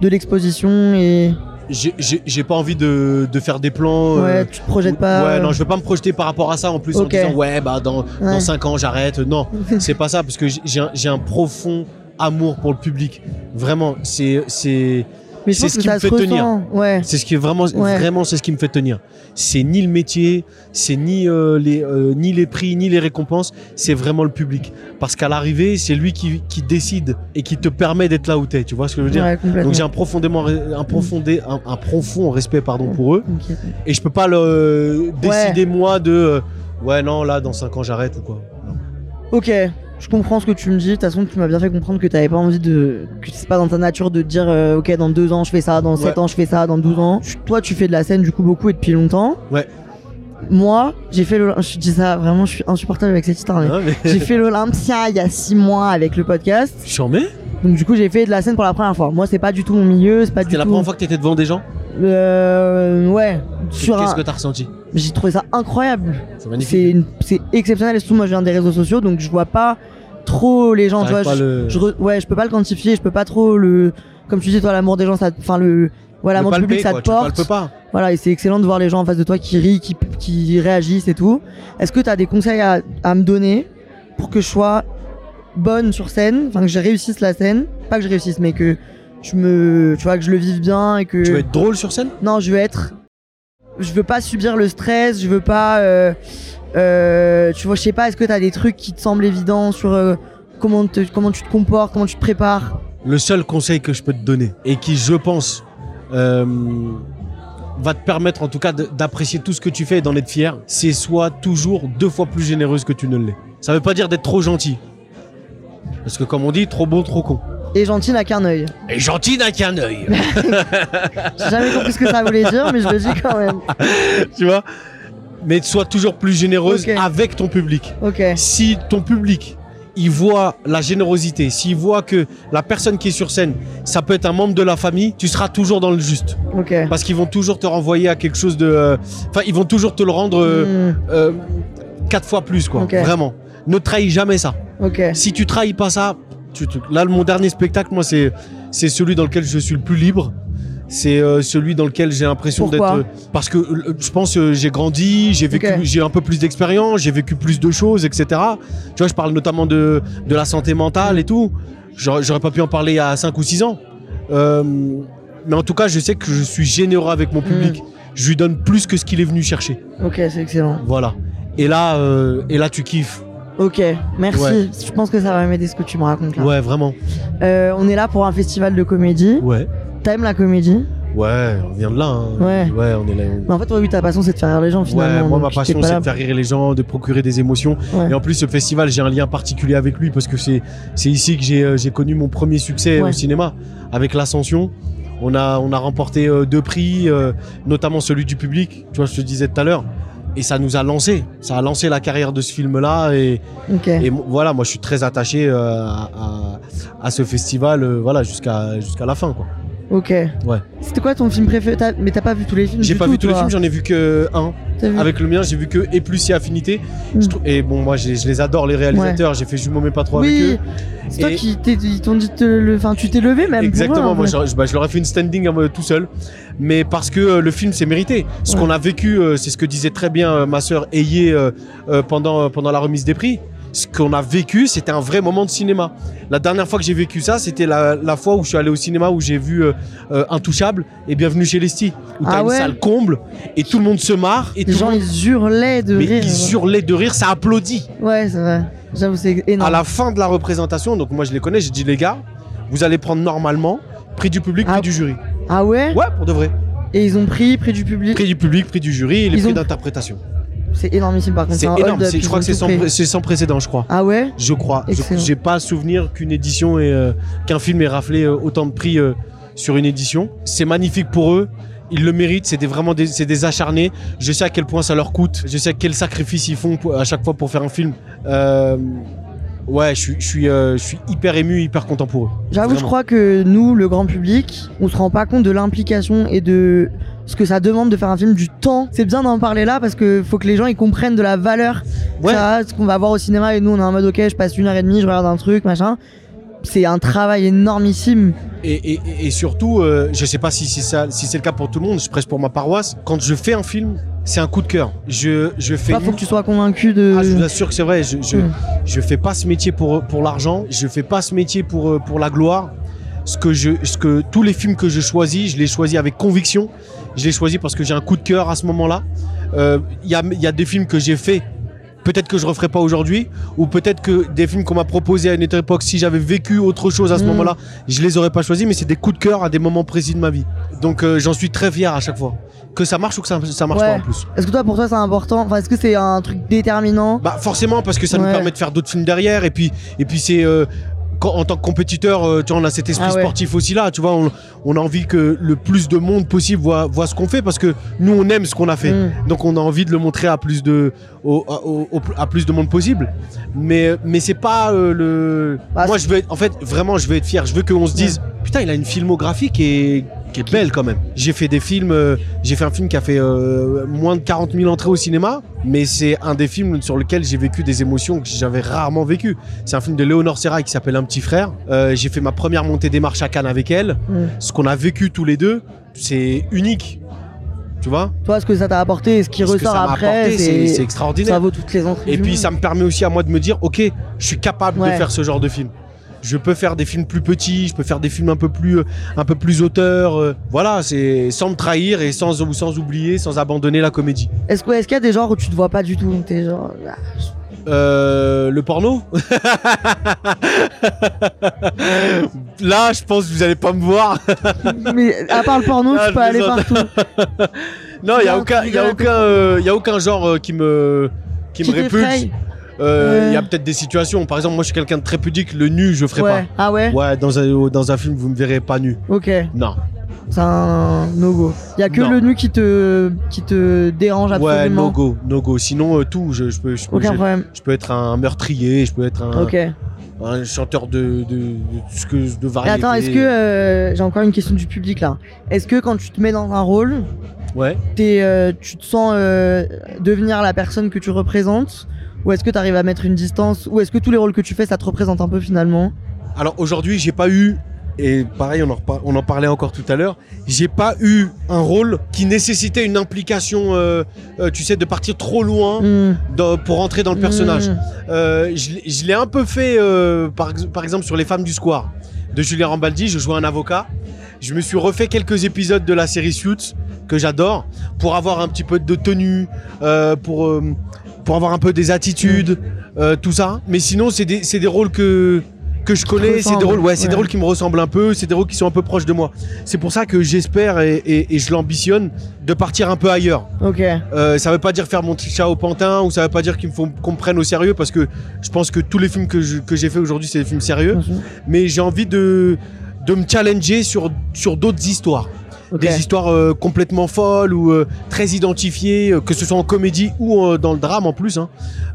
Speaker 1: de l'exposition et
Speaker 2: J'ai- J'ai j'ai pas envie de, de faire des plans. euh,
Speaker 1: ouais, tu te projettes pas euh. (laughs)
Speaker 2: Ouais, non, je veux pas me projeter par rapport à ça en plus
Speaker 1: Ok.
Speaker 2: en disant ouais, bah dans,
Speaker 1: Ouais.
Speaker 2: dans 5 ans j'arrête.
Speaker 1: (laughs)
Speaker 2: Non, c'est pas ça parce que j'ai- j'ai un, j'ai un profond amour pour le public. Vraiment, c'est c'est
Speaker 1: Mais je
Speaker 2: c'est
Speaker 1: pense
Speaker 2: ce
Speaker 1: que
Speaker 2: qui
Speaker 1: ça
Speaker 2: me
Speaker 1: se
Speaker 2: fait tenir.
Speaker 1: ressent. Ouais.
Speaker 2: C'est ce qui est vraiment,
Speaker 1: Ouais.
Speaker 2: vraiment, c'est ce qui me fait tenir. C'est ni le métier, c'est ni euh, les, euh, ni les prix, ni les récompenses. C'est vraiment le public. Parce qu'à l'arrivée, c'est lui qui, qui décide et qui te permet d'être là où t'es. Tu vois ce que je veux dire
Speaker 1: Ouais, complètement.
Speaker 2: Donc j'ai un profondément, re- un profondé, un, un profond respect pardon pour eux.
Speaker 1: Ok.
Speaker 2: Et je peux pas le décider moi de, euh, ouais non là dans 5 ans j'arrête ou quoi. Non.
Speaker 1: Ok, je comprends ce que tu me dis. De toute façon, tu m'as bien fait comprendre que t'avais pas envie de. que c'est pas dans ta nature de te dire, euh, ok, dans 2 ans je fais ça, dans 7 ans je fais ça, dans 12 ans. Tu- Toi, tu fais de la scène du coup beaucoup et depuis longtemps.
Speaker 2: Ouais.
Speaker 1: Moi, j'ai fait le. Je dis ça vraiment, je suis insupportable avec cette histoire. mais
Speaker 2: Hein, mais- (laughs)
Speaker 1: J'ai fait l'Olympia il y a 6 mois avec le podcast.
Speaker 2: J'en mets
Speaker 1: Donc, du coup, j'ai fait de la scène pour la première fois. Moi, c'est pas du tout mon milieu, c'est pas du
Speaker 2: C'était la
Speaker 1: tout.
Speaker 2: première fois que t'étais devant des gens.
Speaker 1: Euh. Ouais. Sur
Speaker 2: Qu'est-ce
Speaker 1: un...
Speaker 2: que t'as ressenti
Speaker 1: J'ai trouvé ça incroyable.
Speaker 2: C'est
Speaker 1: C'est
Speaker 2: magnifique.
Speaker 1: une- c'est exceptionnel et surtout moi je viens des réseaux sociaux donc je vois pas trop les gens. Tu vois,
Speaker 2: T'arrives
Speaker 1: je,
Speaker 2: pas le-
Speaker 1: je re- ouais, je peux pas le quantifier, je peux pas trop le. Comme tu dis, toi, l'amour des gens, ça, te- enfin le, voilà,
Speaker 2: Tu
Speaker 1: l'amour
Speaker 2: peux pas
Speaker 1: du
Speaker 2: le
Speaker 1: public,
Speaker 2: payer,
Speaker 1: ça
Speaker 2: quoi.
Speaker 1: te
Speaker 2: Tu peux pas
Speaker 1: porte.
Speaker 2: le peux pas.
Speaker 1: Voilà, et c'est excellent de voir les gens en face de toi qui rient, qui, qui réagissent et tout. Est-ce que t'as des conseils à, à me donner pour que je sois bonne sur scène, enfin que je réussisse la scène, pas que je réussisse, mais que je me, tu vois, que je le vive bien et que.
Speaker 2: Tu veux être drôle sur scène
Speaker 1: Non, je veux être. Je veux pas subir le stress, je veux pas. euh, euh, tu vois, je sais pas, est-ce que t'as des trucs qui te semblent évidents sur euh, comment, te- comment tu te comportes, comment tu te prépares
Speaker 2: Le seul conseil que je peux te donner et qui, je pense, euh, va te permettre en tout cas de- d'apprécier tout ce que tu fais et d'en être fier, c'est soit toujours deux fois plus généreuse que tu ne l'es. Ça veut pas dire d'être trop gentil. Parce que comme on dit, trop beau, trop con.
Speaker 1: Et gentil n'a qu'un œil.
Speaker 2: Et gentil n'a qu'un œil.
Speaker 1: J'ai jamais compris ce que ça voulait dire, mais je le dis quand même.
Speaker 2: tu vois mais sois toujours plus généreuse
Speaker 1: Ok.
Speaker 2: avec ton public.
Speaker 1: Ok.
Speaker 2: Si ton public, il voit la générosité, s'il voit que la personne qui est sur scène, ça peut être un membre de la famille, tu seras toujours dans le juste.
Speaker 1: Ok.
Speaker 2: Parce qu'ils vont toujours te renvoyer à quelque chose de... euh, Enfin, ils vont toujours te le rendre euh,
Speaker 1: Hmm,
Speaker 2: euh, quatre fois plus, quoi.
Speaker 1: Ok.
Speaker 2: Vraiment. Ne trahis jamais ça.
Speaker 1: ok.
Speaker 2: Si tu trahis pas ça, tu te- là mon dernier spectacle, moi c'est c'est celui dans lequel je suis le plus libre. C'est euh, celui dans lequel j'ai l'impression d'être
Speaker 1: Pourquoi
Speaker 2: euh, parce que euh, je pense euh, j'ai grandi, j'ai vécu,
Speaker 1: Ok.
Speaker 2: j'ai un peu plus d'expérience, j'ai vécu plus de choses, etc. Tu vois, je parle notamment de de la santé mentale et tout. J'aurais j'aurais pas pu en parler il y a 5 ou 6 ans. Euh, mais en tout cas, je sais que je suis généreux avec mon
Speaker 1: Hmm.
Speaker 2: public. Je lui donne plus que ce qu'il est venu chercher.
Speaker 1: Ok, c'est excellent.
Speaker 2: Voilà. Et là, euh, et là, tu kiffes.
Speaker 1: Ok, merci.
Speaker 2: Ouais.
Speaker 1: Je pense que ça va m'aider ce que tu me racontes là.
Speaker 2: Ouais, vraiment.
Speaker 1: Euh, on est là pour un festival de comédie.
Speaker 2: Ouais.
Speaker 1: T'aimes la comédie
Speaker 2: Ouais, on vient de là. hein.
Speaker 1: Ouais.
Speaker 2: on est là.
Speaker 1: Mais en fait, toi, oui, ta passion, c'est de faire rire les gens finalement.
Speaker 2: Ouais, moi, ma
Speaker 1: donc t'es
Speaker 2: passion,
Speaker 1: pas
Speaker 2: c'est
Speaker 1: là-
Speaker 2: de faire rire les gens, de procurer des émotions.
Speaker 1: Ouais.
Speaker 2: Et en plus, ce festival, j'ai un lien particulier avec lui parce que c'est c'est ici que j'ai euh, j'ai connu mon premier succès euh,
Speaker 1: Ouais.
Speaker 2: au cinéma avec l'Ascension. On a on a remporté euh, deux prix, euh, notamment celui du public. Tu vois, je te disais tout à l'heure. Et ça nous a lancé, ça a lancé la carrière de ce film-là. Et,
Speaker 1: Ok.
Speaker 2: et mo- voilà, moi je suis très attaché euh, à, à- à ce festival, euh, voilà jusqu'à jusqu'à la fin. quoi.
Speaker 1: Ok.
Speaker 2: Ouais.
Speaker 1: C'était quoi ton film préféré T'as- Mais t'as pas vu tous les films
Speaker 2: J'ai
Speaker 1: du
Speaker 2: pas
Speaker 1: tout,
Speaker 2: vu tous les
Speaker 1: toi.
Speaker 2: films, j'en ai vu que un.
Speaker 1: T'as vu
Speaker 2: Avec le mien, j'ai vu que et plus et affinité. Je
Speaker 1: Mm.
Speaker 2: trou- et bon, moi, j'ai- je les adore les réalisateurs. J'ai fait jumeau mais pas trop
Speaker 1: Oui.
Speaker 2: avec eux.
Speaker 1: C'est toi
Speaker 2: Et-
Speaker 1: qui t'es- ils t'ont dit de te le, enfin tu t'es levé même. pour eux,
Speaker 2: Exactement.
Speaker 1: en
Speaker 2: Moi,
Speaker 1: fait.
Speaker 2: j'aurais- je, bah, je leur ai fait une standing à moi tout seul, mais parce que euh, le film c'est mérité. Ce
Speaker 1: Ouais.
Speaker 2: qu'on a vécu, euh, c'est ce que disait très bien euh, ma sœur Ayé euh, euh, pendant euh, pendant la remise des prix. Ce qu'on a vécu, c'était un vrai moment de cinéma. La dernière fois que j'ai vécu ça, c'était la, la fois où je suis allé au cinéma où j'ai vu euh, euh, Intouchable et Bienvenue chez Lestie, où t'as
Speaker 1: Ah ouais
Speaker 2: une salle comble et tout le monde se marre et tout
Speaker 1: les
Speaker 2: le
Speaker 1: gens
Speaker 2: monde
Speaker 1: ils hurlaient de
Speaker 2: mais
Speaker 1: rire.
Speaker 2: ils hurlaient de rire, ça applaudit.
Speaker 1: Ouais, c'est vrai. J'avoue, c'est énorme.
Speaker 2: à la fin de la représentation, donc moi je les connais, j'ai dit les gars, vous allez prendre normalement prix du public,
Speaker 1: Ah.
Speaker 2: prix du jury.
Speaker 1: Ah ouais,
Speaker 2: Ouais, pour de vrai.
Speaker 1: Et ils ont pris prix du public.
Speaker 2: Prix du public, prix du jury et les
Speaker 1: Ils
Speaker 2: prix
Speaker 1: ont-
Speaker 2: d'interprétation.
Speaker 1: C'est énormissime par contre.
Speaker 2: C'est
Speaker 1: un
Speaker 2: énorme,
Speaker 1: hold-up,
Speaker 2: c'est- je
Speaker 1: ils
Speaker 2: crois
Speaker 1: ont
Speaker 2: que c'est
Speaker 1: tout
Speaker 2: sans,
Speaker 1: pris.
Speaker 2: pré- c'est sans précédent, je crois.
Speaker 1: Ah ouais
Speaker 2: Je crois. Je-
Speaker 1: Excellent.
Speaker 2: J'ai pas souvenir qu'une édition et qu'un film ait raflé euh, autant de prix euh, sur une édition. C'est magnifique pour eux. Ils le méritent. C'est des, vraiment des, c'est des acharnés. Je sais à quel point ça leur coûte. Je sais quel sacrifice ils font pour- à chaque fois pour faire un film. Euh, ouais, je suis, je suis, euh, je suis hyper ému, hyper content pour eux.
Speaker 1: J'avoue, je
Speaker 2: Vraiment.
Speaker 1: crois que nous, le grand public, on se rend pas compte de l'implication et de ce que ça demande de faire un film, du temps. C'est bien d'en parler là parce que faut que les gens ils comprennent de la valeur.
Speaker 2: Ouais.
Speaker 1: Ça a, ce qu'on va voir au cinéma et nous on est en mode ok, je passe une heure et demie, je regarde un truc, machin. C'est un travail énormissime.
Speaker 2: Et, et- et surtout, euh, je sais pas si c'est ça, si c'est le cas pour tout le monde. Je presse pour ma paroisse. Quand je fais un film, c'est un coup de cœur. Je, je fais.
Speaker 1: Pas Bah, faut que tu sois convaincu de.
Speaker 2: Ah, je vous assure que c'est vrai. Je, je,
Speaker 1: Euh, Mm.
Speaker 2: je fais pas ce métier pour, pour l'argent. Je fais pas ce métier pour, euh, pour la gloire. Ce que je, ce que, tous les films que je choisis, je les choisis avec conviction. Je les choisis parce que j'ai un coup de cœur à ce moment-là. Euh, Il y, a, il y a des films que j'ai fait. Peut-être que je referai pas aujourd'hui, ou peut-être que des films qu'on m'a proposés à une autre époque, si j'avais vécu autre chose à ce
Speaker 1: Mm.
Speaker 2: moment-là, je les aurais pas choisis. Mais c'est des coups de cœur à des moments précis de ma vie. Donc euh, j'en suis très fier à chaque fois. Que ça marche ou que ça, ça marche
Speaker 1: Ouais.
Speaker 2: pas en plus.
Speaker 1: Est-ce que toi pour toi c'est important Enfin, est-ce que c'est un truc déterminant
Speaker 2: Bah forcément parce que ça
Speaker 1: Ouais.
Speaker 2: nous permet de faire d'autres films derrière et puis et puis c'est euh, quand- en tant que compétiteur, euh, tu vois, on a cet esprit
Speaker 1: Ah ouais.
Speaker 2: sportif aussi là, tu vois, on, on a envie que le plus de monde possible voit, voit ce qu'on fait parce que nous on aime ce qu'on a fait,
Speaker 1: Mm.
Speaker 2: donc on a envie de le montrer à plus de au- à- au- au- à plus de monde possible. Mais mais c'est pas euh, le,
Speaker 1: Bah,
Speaker 2: moi je veux être- en fait vraiment je veux être fier, je veux qu'on se dise putain il a une filmographie qui est qui est belle quand même. J'ai fait des films, euh, j'ai fait un film qui a fait euh, moins de 40 000 entrées au cinéma, mais c'est un des films sur lequel j'ai vécu des émotions que j'avais rarement vécues. C'est un film de Léonore Serra qui s'appelle Un petit frère. Euh, j'ai fait ma première montée des marches à Cannes avec elle.
Speaker 1: Mm.
Speaker 2: Ce qu'on a vécu tous les deux, c'est unique. Tu vois
Speaker 1: Toi, ce que ça t'a apporté, et ce qui
Speaker 2: Ce que
Speaker 1: ressort
Speaker 2: ça m'a
Speaker 1: après,
Speaker 2: apporté, c'est c'est
Speaker 1: c'est ça
Speaker 2: extraordinaire.
Speaker 1: vaut toutes les entrées.
Speaker 2: Et
Speaker 1: du
Speaker 2: puis
Speaker 1: monde.
Speaker 2: ça me permet aussi à moi de me dire, ok, je suis capable
Speaker 1: Ouais.
Speaker 2: de faire ce genre de film. Je peux faire des films plus petits, je peux faire des films un peu plus, euh, un peu plus auteurs. euh, voilà, c'est sans me trahir et sans, ou sans oublier, sans abandonner la comédie.
Speaker 1: Est-ce que- est-ce qu'il y a des genres où tu te vois pas du tout T'es genre, ah,
Speaker 2: Euh, le porno (laughs) Là, je pense que vous allez pas me voir. (laughs)
Speaker 1: Mais à part le porno,
Speaker 2: Ah,
Speaker 1: tu peux
Speaker 2: je
Speaker 1: aller
Speaker 2: plaisante.
Speaker 1: partout.
Speaker 2: Non, il y a
Speaker 1: Non,
Speaker 2: aucun,
Speaker 1: tu
Speaker 2: il y a
Speaker 1: rigoles,
Speaker 2: aucun, euh, y a aucun genre euh, qui me, (laughs) qui me répulse. Euh,
Speaker 1: t'effraie.
Speaker 2: Il y a
Speaker 1: Ouais.
Speaker 2: peut-être des situations. Par exemple, moi, je suis quelqu'un de très pudique. Le nu, je ferai
Speaker 1: Ouais. Ah ouais,
Speaker 2: pas. Ouais, dans un, dans un film, vous me verrez pas nu.
Speaker 1: Ok.
Speaker 2: Non.
Speaker 1: C'est un no-go. Il y a que
Speaker 2: Non.
Speaker 1: le nu qui te, qui te dérange
Speaker 2: Ouais,
Speaker 1: absolument.
Speaker 2: no go, no go. Sinon, euh, tout. Je, je peux, je, peux-
Speaker 1: Aucun
Speaker 2: je-
Speaker 1: problème.
Speaker 2: je peux être un meurtrier, je peux être un,
Speaker 1: Ok. Et
Speaker 2: un chanteur de, de, de, ce que- de variété.
Speaker 1: attends, est-ce que. euh, J'ai encore une question du public là. Est-ce que quand tu te mets dans un rôle,
Speaker 2: Ouais.
Speaker 1: t'es, euh, tu te sens euh, devenir la personne que tu représentes Ou est-ce que t'arrives à mettre une distance Ou est-ce que tous les rôles que tu fais, ça te représente un peu finalement
Speaker 2: Alors aujourd'hui, j'ai pas eu, et pareil, on en, repar- on en parlait encore tout à l'heure, j'ai pas eu un rôle qui nécessitait une implication, euh, euh, tu sais, de partir trop loin
Speaker 1: Mmh.
Speaker 2: dans- pour entrer dans le personnage.
Speaker 1: Mmh.
Speaker 2: Euh, je l'ai- je l'ai un peu fait, euh, par, ex- par exemple, sur Les Femmes du Square de Julien Rambaldi, je jouais un avocat. Je me suis refait quelques épisodes de la série Suits, que j'adore, pour avoir un petit peu de tenue, euh, pour, euh, pour avoir un peu des attitudes, euh, tout ça. Mais sinon, c'est des, c'est des rôles que, que je connais, c'est des,
Speaker 1: ressemblent,
Speaker 2: rôles, ouais, c'est
Speaker 1: ouais.
Speaker 2: des rôles qui me ressemblent un peu, c'est des rôles qui sont un peu proches de moi. C'est pour ça que j'espère et, et- et je l'ambitionne de partir un peu ailleurs.
Speaker 1: Ok.
Speaker 2: Euh, ça veut pas dire faire mon petit chat au pantin ou ça veut pas dire qu'il me faut qu'on me prenne au sérieux parce que je pense que tous les films que je- que j'ai fait aujourd'hui c'est des films
Speaker 1: Mm.
Speaker 2: sérieux mais j'ai envie de de me challenger sur sur d'autres histoires
Speaker 1: Ok.
Speaker 2: des histoires euh, complètement folles ou euh, très identifiées euh, que ce soit en comédie ou euh, dans le drame en plus hein.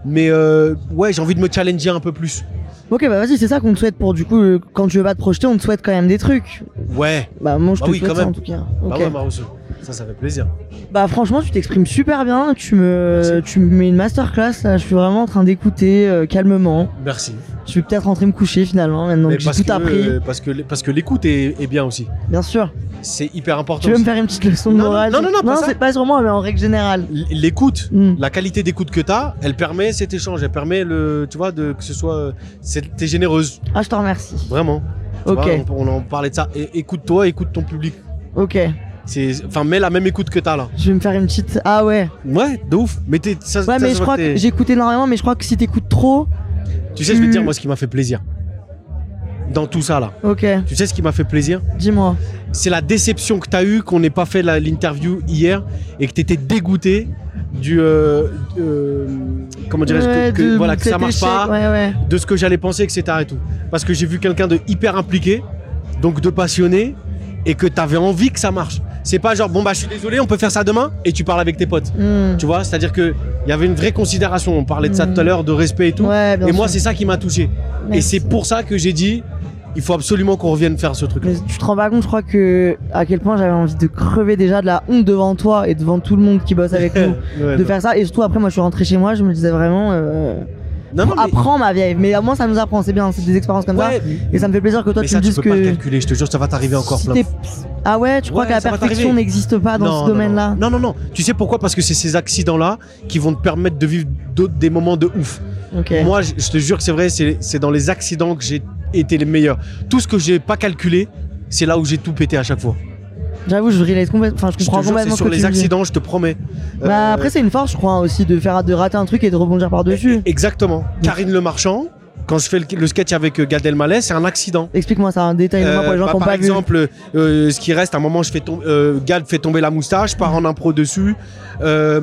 Speaker 2: mais euh, ouais j'ai envie de me challenger un peu plus
Speaker 1: Ok, bah vas-y, c'est ça qu'on te souhaite pour du coup, euh, quand tu veux pas te projeter, on te souhaite quand même des trucs.
Speaker 2: ouais
Speaker 1: Bah, moi je
Speaker 2: Bah
Speaker 1: te
Speaker 2: oui,
Speaker 1: souhaite
Speaker 2: quand
Speaker 1: ça
Speaker 2: même.
Speaker 1: en tout cas. Ok.
Speaker 2: bah ouais Marousseau ça ça fait plaisir
Speaker 1: Bah franchement, tu t'exprimes super bien, tu me tu me mets une masterclass là, je suis vraiment en train d'écouter euh, calmement.
Speaker 2: merci
Speaker 1: Je vais peut-être rentrer me coucher finalement maintenant
Speaker 2: Mais
Speaker 1: que j'ai
Speaker 2: parce,
Speaker 1: tout
Speaker 2: que,
Speaker 1: appris.
Speaker 2: euh, parce que parce que l'écoute est, est bien aussi
Speaker 1: Bien sûr.
Speaker 2: c'est hyper important
Speaker 1: Tu veux me
Speaker 2: aussi.
Speaker 1: faire une petite leçon de
Speaker 2: Non, non,
Speaker 1: morale
Speaker 2: non, non, non, pas ça.
Speaker 1: c'est pas sur moi mais en règle générale.
Speaker 2: L- l'écoute
Speaker 1: Hmm.
Speaker 2: la qualité d'écoute que tu as, elle permet cet échange, elle permet le, tu vois, de, que ce soit, euh, c'est- t'es généreuse,
Speaker 1: Ah, je te remercie.
Speaker 2: vraiment. Tu
Speaker 1: Ok.
Speaker 2: vois, on, on en parlait de ça. Et- écoute-toi, écoute ton public.
Speaker 1: OK.
Speaker 2: C'est, enfin, mets la même écoute que t'as là.
Speaker 1: Je vais me faire une petite Ah ouais.
Speaker 2: Ouais, de ouf. Mais t'es, ça, ça
Speaker 1: Ouais,
Speaker 2: se
Speaker 1: mais je
Speaker 2: voit
Speaker 1: crois
Speaker 2: que
Speaker 1: que
Speaker 2: t'es-
Speaker 1: j'écoute énormément mais je crois que si t'écoutes trop,
Speaker 2: tu sais, je vais te dire
Speaker 1: tu-
Speaker 2: moi ce qui m'a fait plaisir dans tout ça là.
Speaker 1: OK,
Speaker 2: Tu sais ce qui m'a fait plaisir,
Speaker 1: dis-moi.
Speaker 2: c'est la déception que t'as eu qu'on n'ait pas fait la- l'interview hier et que t'étais dégoûté du, euh, euh, comment dirais-je, que-
Speaker 1: Ouais,
Speaker 2: que,
Speaker 1: de-
Speaker 2: voilà, que ça
Speaker 1: cet
Speaker 2: marche
Speaker 1: échec,
Speaker 2: pas.
Speaker 1: Ouais ouais.
Speaker 2: de ce que j'allais penser, etc. Et tout. Parce que j'ai vu quelqu'un de hyper impliqué, donc de passionné, et que t'avais envie que ça marche. C'est pas genre, bon bah je suis désolé, on peut faire ça demain, et tu parles avec tes potes.
Speaker 1: Hmm.
Speaker 2: Tu vois, c'est-à-dire que il y avait une vraie considération, on parlait de ça
Speaker 1: Mhm.
Speaker 2: tout à l'heure, de respect et tout.
Speaker 1: Ouais, bien
Speaker 2: et moi,
Speaker 1: sûr.
Speaker 2: c'est ça qui m'a touché. Et
Speaker 1: Merci.
Speaker 2: c'est pour ça que j'ai dit, il faut absolument qu'on revienne faire ce truc.
Speaker 1: Mais tu te rends pas compte, je crois que à quel point j'avais envie de crever déjà de la honte devant toi et devant tout le monde qui bosse
Speaker 2: (laughs)
Speaker 1: avec nous
Speaker 2: Ouais,
Speaker 1: de
Speaker 2: non.
Speaker 1: faire ça. Et surtout après, moi, je suis rentré chez moi, je me disais vraiment, euh,
Speaker 2: Non, non, mais-
Speaker 1: apprends ma vieille. Mais à moins ça nous apprend, c'est bien, c'est des expériences comme
Speaker 2: ouais,
Speaker 1: ça. Et ça me fait plaisir que toi
Speaker 2: mais
Speaker 1: tu
Speaker 2: ça,
Speaker 1: me
Speaker 2: tu
Speaker 1: dises
Speaker 2: peux
Speaker 1: que
Speaker 2: pas le calculer, je te jure, ça va t'arriver encore
Speaker 1: si
Speaker 2: plein de
Speaker 1: t'es- ah ouais, tu crois
Speaker 2: Ouais,
Speaker 1: que la
Speaker 2: ça va
Speaker 1: perfection
Speaker 2: t'arriver.
Speaker 1: n'existe pas dans
Speaker 2: Non,
Speaker 1: ce
Speaker 2: non,
Speaker 1: domaine-là.
Speaker 2: Non, non, non. Tu sais pourquoi Parce que c'est ces accidents-là qui vont te permettre de vivre d'autres des moments de ouf.
Speaker 1: Ok.
Speaker 2: Moi, je, je te jure que c'est vrai, c'est c'est dans les accidents que j'ai été les meilleurs. Tout ce que j'ai pas calculé, c'est là où j'ai tout pété à chaque fois.
Speaker 1: J'avoue, je réalise complètement. Enfin, je
Speaker 2: Je te
Speaker 1: comprends
Speaker 2: jure, c'est
Speaker 1: complètement ce
Speaker 2: sur
Speaker 1: que tu
Speaker 2: les
Speaker 1: me dis.
Speaker 2: accidents, je te promets.
Speaker 1: Bah,
Speaker 2: Euh,
Speaker 1: après, c'est une force, je crois, aussi de faire de rater un truc et de rebondir par-dessus.
Speaker 2: Exactement. Karine Le Marchand, quand je fais le, le sketch avec euh, Gad Elmaleh, c'est un accident.
Speaker 1: Explique-moi ça, un détail moi,
Speaker 2: Euh,
Speaker 1: pour les gens
Speaker 2: bah,
Speaker 1: qui ont
Speaker 2: par
Speaker 1: pas vu.
Speaker 2: exemple, euh, ce qui reste, à un moment, je fais tom- euh, Gad fait tomber la moustache, part en impro dessus. Euh,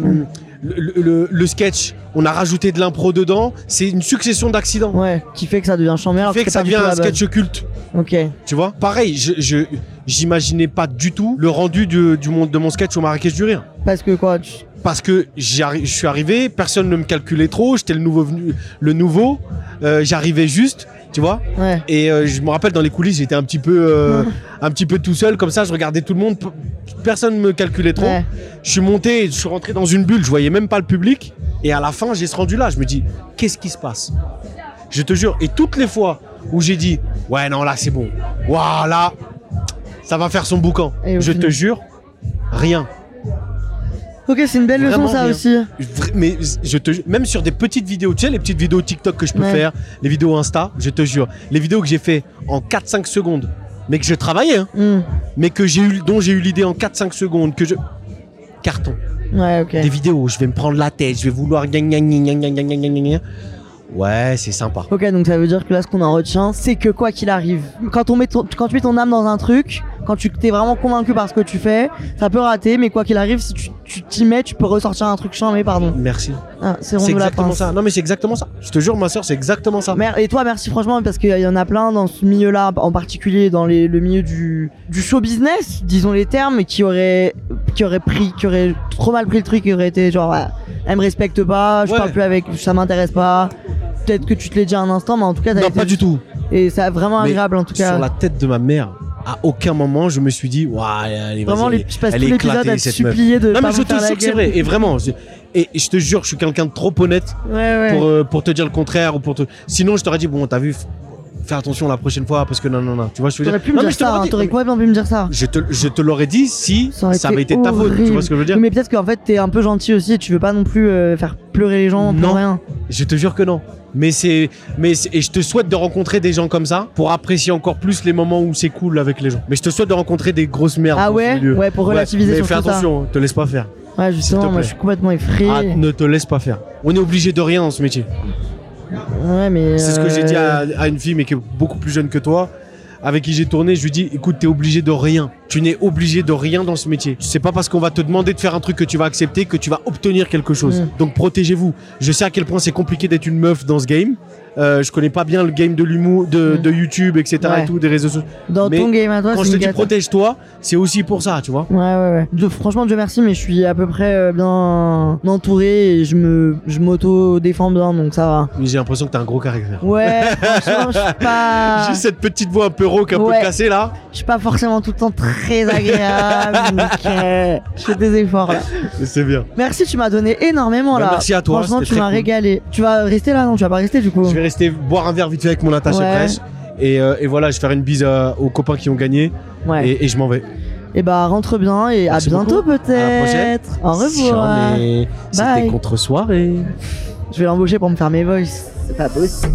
Speaker 2: le, le- le sketch, on a rajouté de l'impro dedans. C'est une succession d'accidents.
Speaker 1: Ouais, qui fait que ça devient chambé alors
Speaker 2: qui fait que
Speaker 1: c'est
Speaker 2: ça
Speaker 1: pas du
Speaker 2: devient
Speaker 1: tout
Speaker 2: un
Speaker 1: la base.
Speaker 2: sketch culte.
Speaker 1: Ok.
Speaker 2: Tu vois Pareil, je, je- j'imaginais pas du tout le rendu du, du monde de mon sketch au Marrakech du Rire.
Speaker 1: Parce que quoi tu-
Speaker 2: Parce que j'y arri- je suis arrivé, personne ne me calculait trop, j'étais le nouveau venu, le nouveau, euh, j'arrivais juste, tu vois.
Speaker 1: Ouais.
Speaker 2: Et euh, je me rappelle dans les coulisses, j'étais un petit peu, euh, un petit peu tout seul, comme ça, je regardais tout le monde, p- personne ne me calculait trop.
Speaker 1: Ouais.
Speaker 2: Je suis monté, je suis rentré dans une bulle, je voyais même pas le public. Et à la fin, j'ai ce rendu là. Je me dis, qu'est-ce qui se passe Je te jure. Et toutes les fois où j'ai dit, ouais, non, là, c'est bon. Waouh, là, ça va faire son boucan.
Speaker 1: Et au
Speaker 2: Je
Speaker 1: final-
Speaker 2: te jure, rien.
Speaker 1: Ok, c'est une belle leçon
Speaker 2: Vraiment
Speaker 1: ça
Speaker 2: rien.
Speaker 1: aussi.
Speaker 2: Vra- Mais je te ju- même sur des petites vidéos, tu sais, les petites vidéos TikTok que je peux
Speaker 1: Ouais.
Speaker 2: faire, les vidéos Insta, je te jure, les vidéos que j'ai fait en 4-5 secondes, mais que je travaillais, hein,
Speaker 1: Hmm.
Speaker 2: mais que j'ai eu, dont j'ai eu l'idée en 4-5 secondes, que je. Carton.
Speaker 1: Ouais, ok.
Speaker 2: des vidéos, je vais me prendre la tête, je vais vouloir gna gna gna gna gna gna gna gna gna. Ouais, c'est sympa.
Speaker 1: Ok, donc ça veut dire que là, ce qu'on en retient, c'est que quoi qu'il arrive, quand, on met ton- quand tu mets ton âme dans un truc, quand tu t'es vraiment convaincu par ce que tu fais, ça peut rater, mais quoi qu'il arrive, si tu tu t'y mets, tu peux ressortir un truc chiant, mais pardon.
Speaker 2: Merci.
Speaker 1: Ah, c'est rond
Speaker 2: C'est
Speaker 1: de la
Speaker 2: exactement
Speaker 1: pince.
Speaker 2: ça. Non, mais c'est exactement ça. Je te jure, ma soeur, c'est exactement ça.
Speaker 1: Mer- Et toi, merci franchement, parce qu'il y en a plein dans ce milieu-là, en particulier dans les- le milieu du, du show business, disons les termes, qui auraient, qui auraient pris, qui auraient trop mal pris le truc, qui auraient été genre, ouais, elle me respecte pas, je
Speaker 2: Ouais.
Speaker 1: parle plus avec, ça m'intéresse pas. Peut-être que tu te l'es dit un instant, mais en tout cas, t'as
Speaker 2: Non,
Speaker 1: été-
Speaker 2: pas du tout.
Speaker 1: Et c'est vraiment
Speaker 2: Mais
Speaker 1: agréable en tout cas.
Speaker 2: Sur la tête de ma mère, à aucun moment, je me suis dit, Ouah, allez,
Speaker 1: Vraiment,
Speaker 2: vas-y,
Speaker 1: les, je passe
Speaker 2: elle
Speaker 1: tout
Speaker 2: est
Speaker 1: l'épisode
Speaker 2: éclatée,
Speaker 1: à te
Speaker 2: cette meuf.
Speaker 1: supplier de
Speaker 2: Non,
Speaker 1: pas
Speaker 2: mais
Speaker 1: me
Speaker 2: je te
Speaker 1: faire la
Speaker 2: jure que c'est
Speaker 1: gueule.
Speaker 2: vrai. Et vraiment, je- et je te jure, je suis quelqu'un de trop honnête
Speaker 1: Ouais, ouais.
Speaker 2: pour, euh, pour te dire le contraire ou pour te. Sinon, je t'aurais dit, bon, t'as vu, f- fais attention la prochaine fois parce que non, non, non. Tu vois, je veux dire.
Speaker 1: T'aurais pu me
Speaker 2: euh, Non,
Speaker 1: dire
Speaker 2: mais je te
Speaker 1: ça,
Speaker 2: l'aurais
Speaker 1: hein,
Speaker 2: dit.
Speaker 1: t'aurais complètement pu me dire ça.
Speaker 2: euh, Je te, je te l'aurais dit si
Speaker 1: Ça aurait
Speaker 2: ça avait
Speaker 1: été
Speaker 2: été ta faute. Tu vois
Speaker 1: horrible.
Speaker 2: ce que je veux dire
Speaker 1: Oui, mais peut-être qu'en fait t'es un peu gentil aussi et tu veux pas non plus euh, faire pleurer les gens
Speaker 2: Non.
Speaker 1: pour rien.
Speaker 2: Je te jure que non. Mais c'est, mais c'est- et je te souhaite de rencontrer des gens comme ça pour apprécier encore plus les moments où c'est cool avec les gens. Mais je te souhaite de rencontrer des grosses merdes.
Speaker 1: Ah
Speaker 2: dans ce
Speaker 1: ouais
Speaker 2: milieu.
Speaker 1: Ouais, pour relativiser
Speaker 2: mais
Speaker 1: sur
Speaker 2: fais
Speaker 1: tout ça.
Speaker 2: attention, te laisse pas faire.
Speaker 1: Ouais,
Speaker 2: S'il
Speaker 1: justement,
Speaker 2: te
Speaker 1: moi
Speaker 2: plaît.
Speaker 1: je suis complètement effrayé.
Speaker 2: Ah, ne te laisse pas faire. On est obligé de rien dans ce métier.
Speaker 1: Ouais, mais.
Speaker 2: C'est ce que j'ai dit
Speaker 1: euh,
Speaker 2: à, à une fille, mais qui est beaucoup plus jeune que toi, avec qui j'ai tourné. Je lui dis, écoute, t'es obligé de rien. Tu n'es obligé de rien dans ce métier. C'est pas parce qu'on va te demander de faire un truc que tu vas accepter que tu vas obtenir quelque chose.
Speaker 1: Mm.
Speaker 2: Donc protégez-vous. Je sais à quel point c'est compliqué d'être une meuf dans ce game. Euh, je connais pas bien le game de l'humour, de,
Speaker 1: Mm.
Speaker 2: de YouTube, etc.
Speaker 1: Ouais.
Speaker 2: et tout, des réseaux sociaux.
Speaker 1: Dans
Speaker 2: mais
Speaker 1: ton game à toi,
Speaker 2: Quand
Speaker 1: c'est
Speaker 2: je te
Speaker 1: une
Speaker 2: dis
Speaker 1: cata.
Speaker 2: protège-toi, c'est aussi pour ça, tu vois.
Speaker 1: Ouais, ouais, ouais. Dieu- franchement, Dieu merci, mais je suis à peu près euh, bien entouré et je me, je m'auto-défends bien, donc ça va.
Speaker 2: Mais J'ai l'impression que t'as un gros caractère.
Speaker 1: Ouais, franchement, je suis
Speaker 2: (laughs)
Speaker 1: pas,
Speaker 2: J'ai cette petite voix un peu rauque, un
Speaker 1: Ah. Ouais.
Speaker 2: peu cassée là.
Speaker 1: je suis pas forcément tout le temps très
Speaker 2: (laughs)
Speaker 1: agréable, donc euh, je fais des efforts là.
Speaker 2: Mais C'est bien.
Speaker 1: Merci, tu m'as donné énormément
Speaker 2: Bah,
Speaker 1: là.
Speaker 2: merci à toi,
Speaker 1: Franchement,
Speaker 2: c'était
Speaker 1: tu
Speaker 2: très
Speaker 1: m'as
Speaker 2: cool.
Speaker 1: régalé. Tu vas rester là, non Tu vas pas rester du coup
Speaker 2: Je vais rester boire un verre vite fait avec mon attaché
Speaker 1: Mm. Ouais.
Speaker 2: presse. Et, euh, et voilà, je vais faire une bise à- aux copains qui ont gagné.
Speaker 1: Ouais.
Speaker 2: Et, et je m'en vais.
Speaker 1: Et bah rentre bien et
Speaker 2: Merci
Speaker 1: à bientôt
Speaker 2: beaucoup.
Speaker 1: peut-être. Au
Speaker 2: C'est chiant,
Speaker 1: revoir.
Speaker 2: mais
Speaker 1: Bye.
Speaker 2: C'était contre-soirée.
Speaker 1: Je vais l'embaucher pour me faire mes voices. C'est pas possible.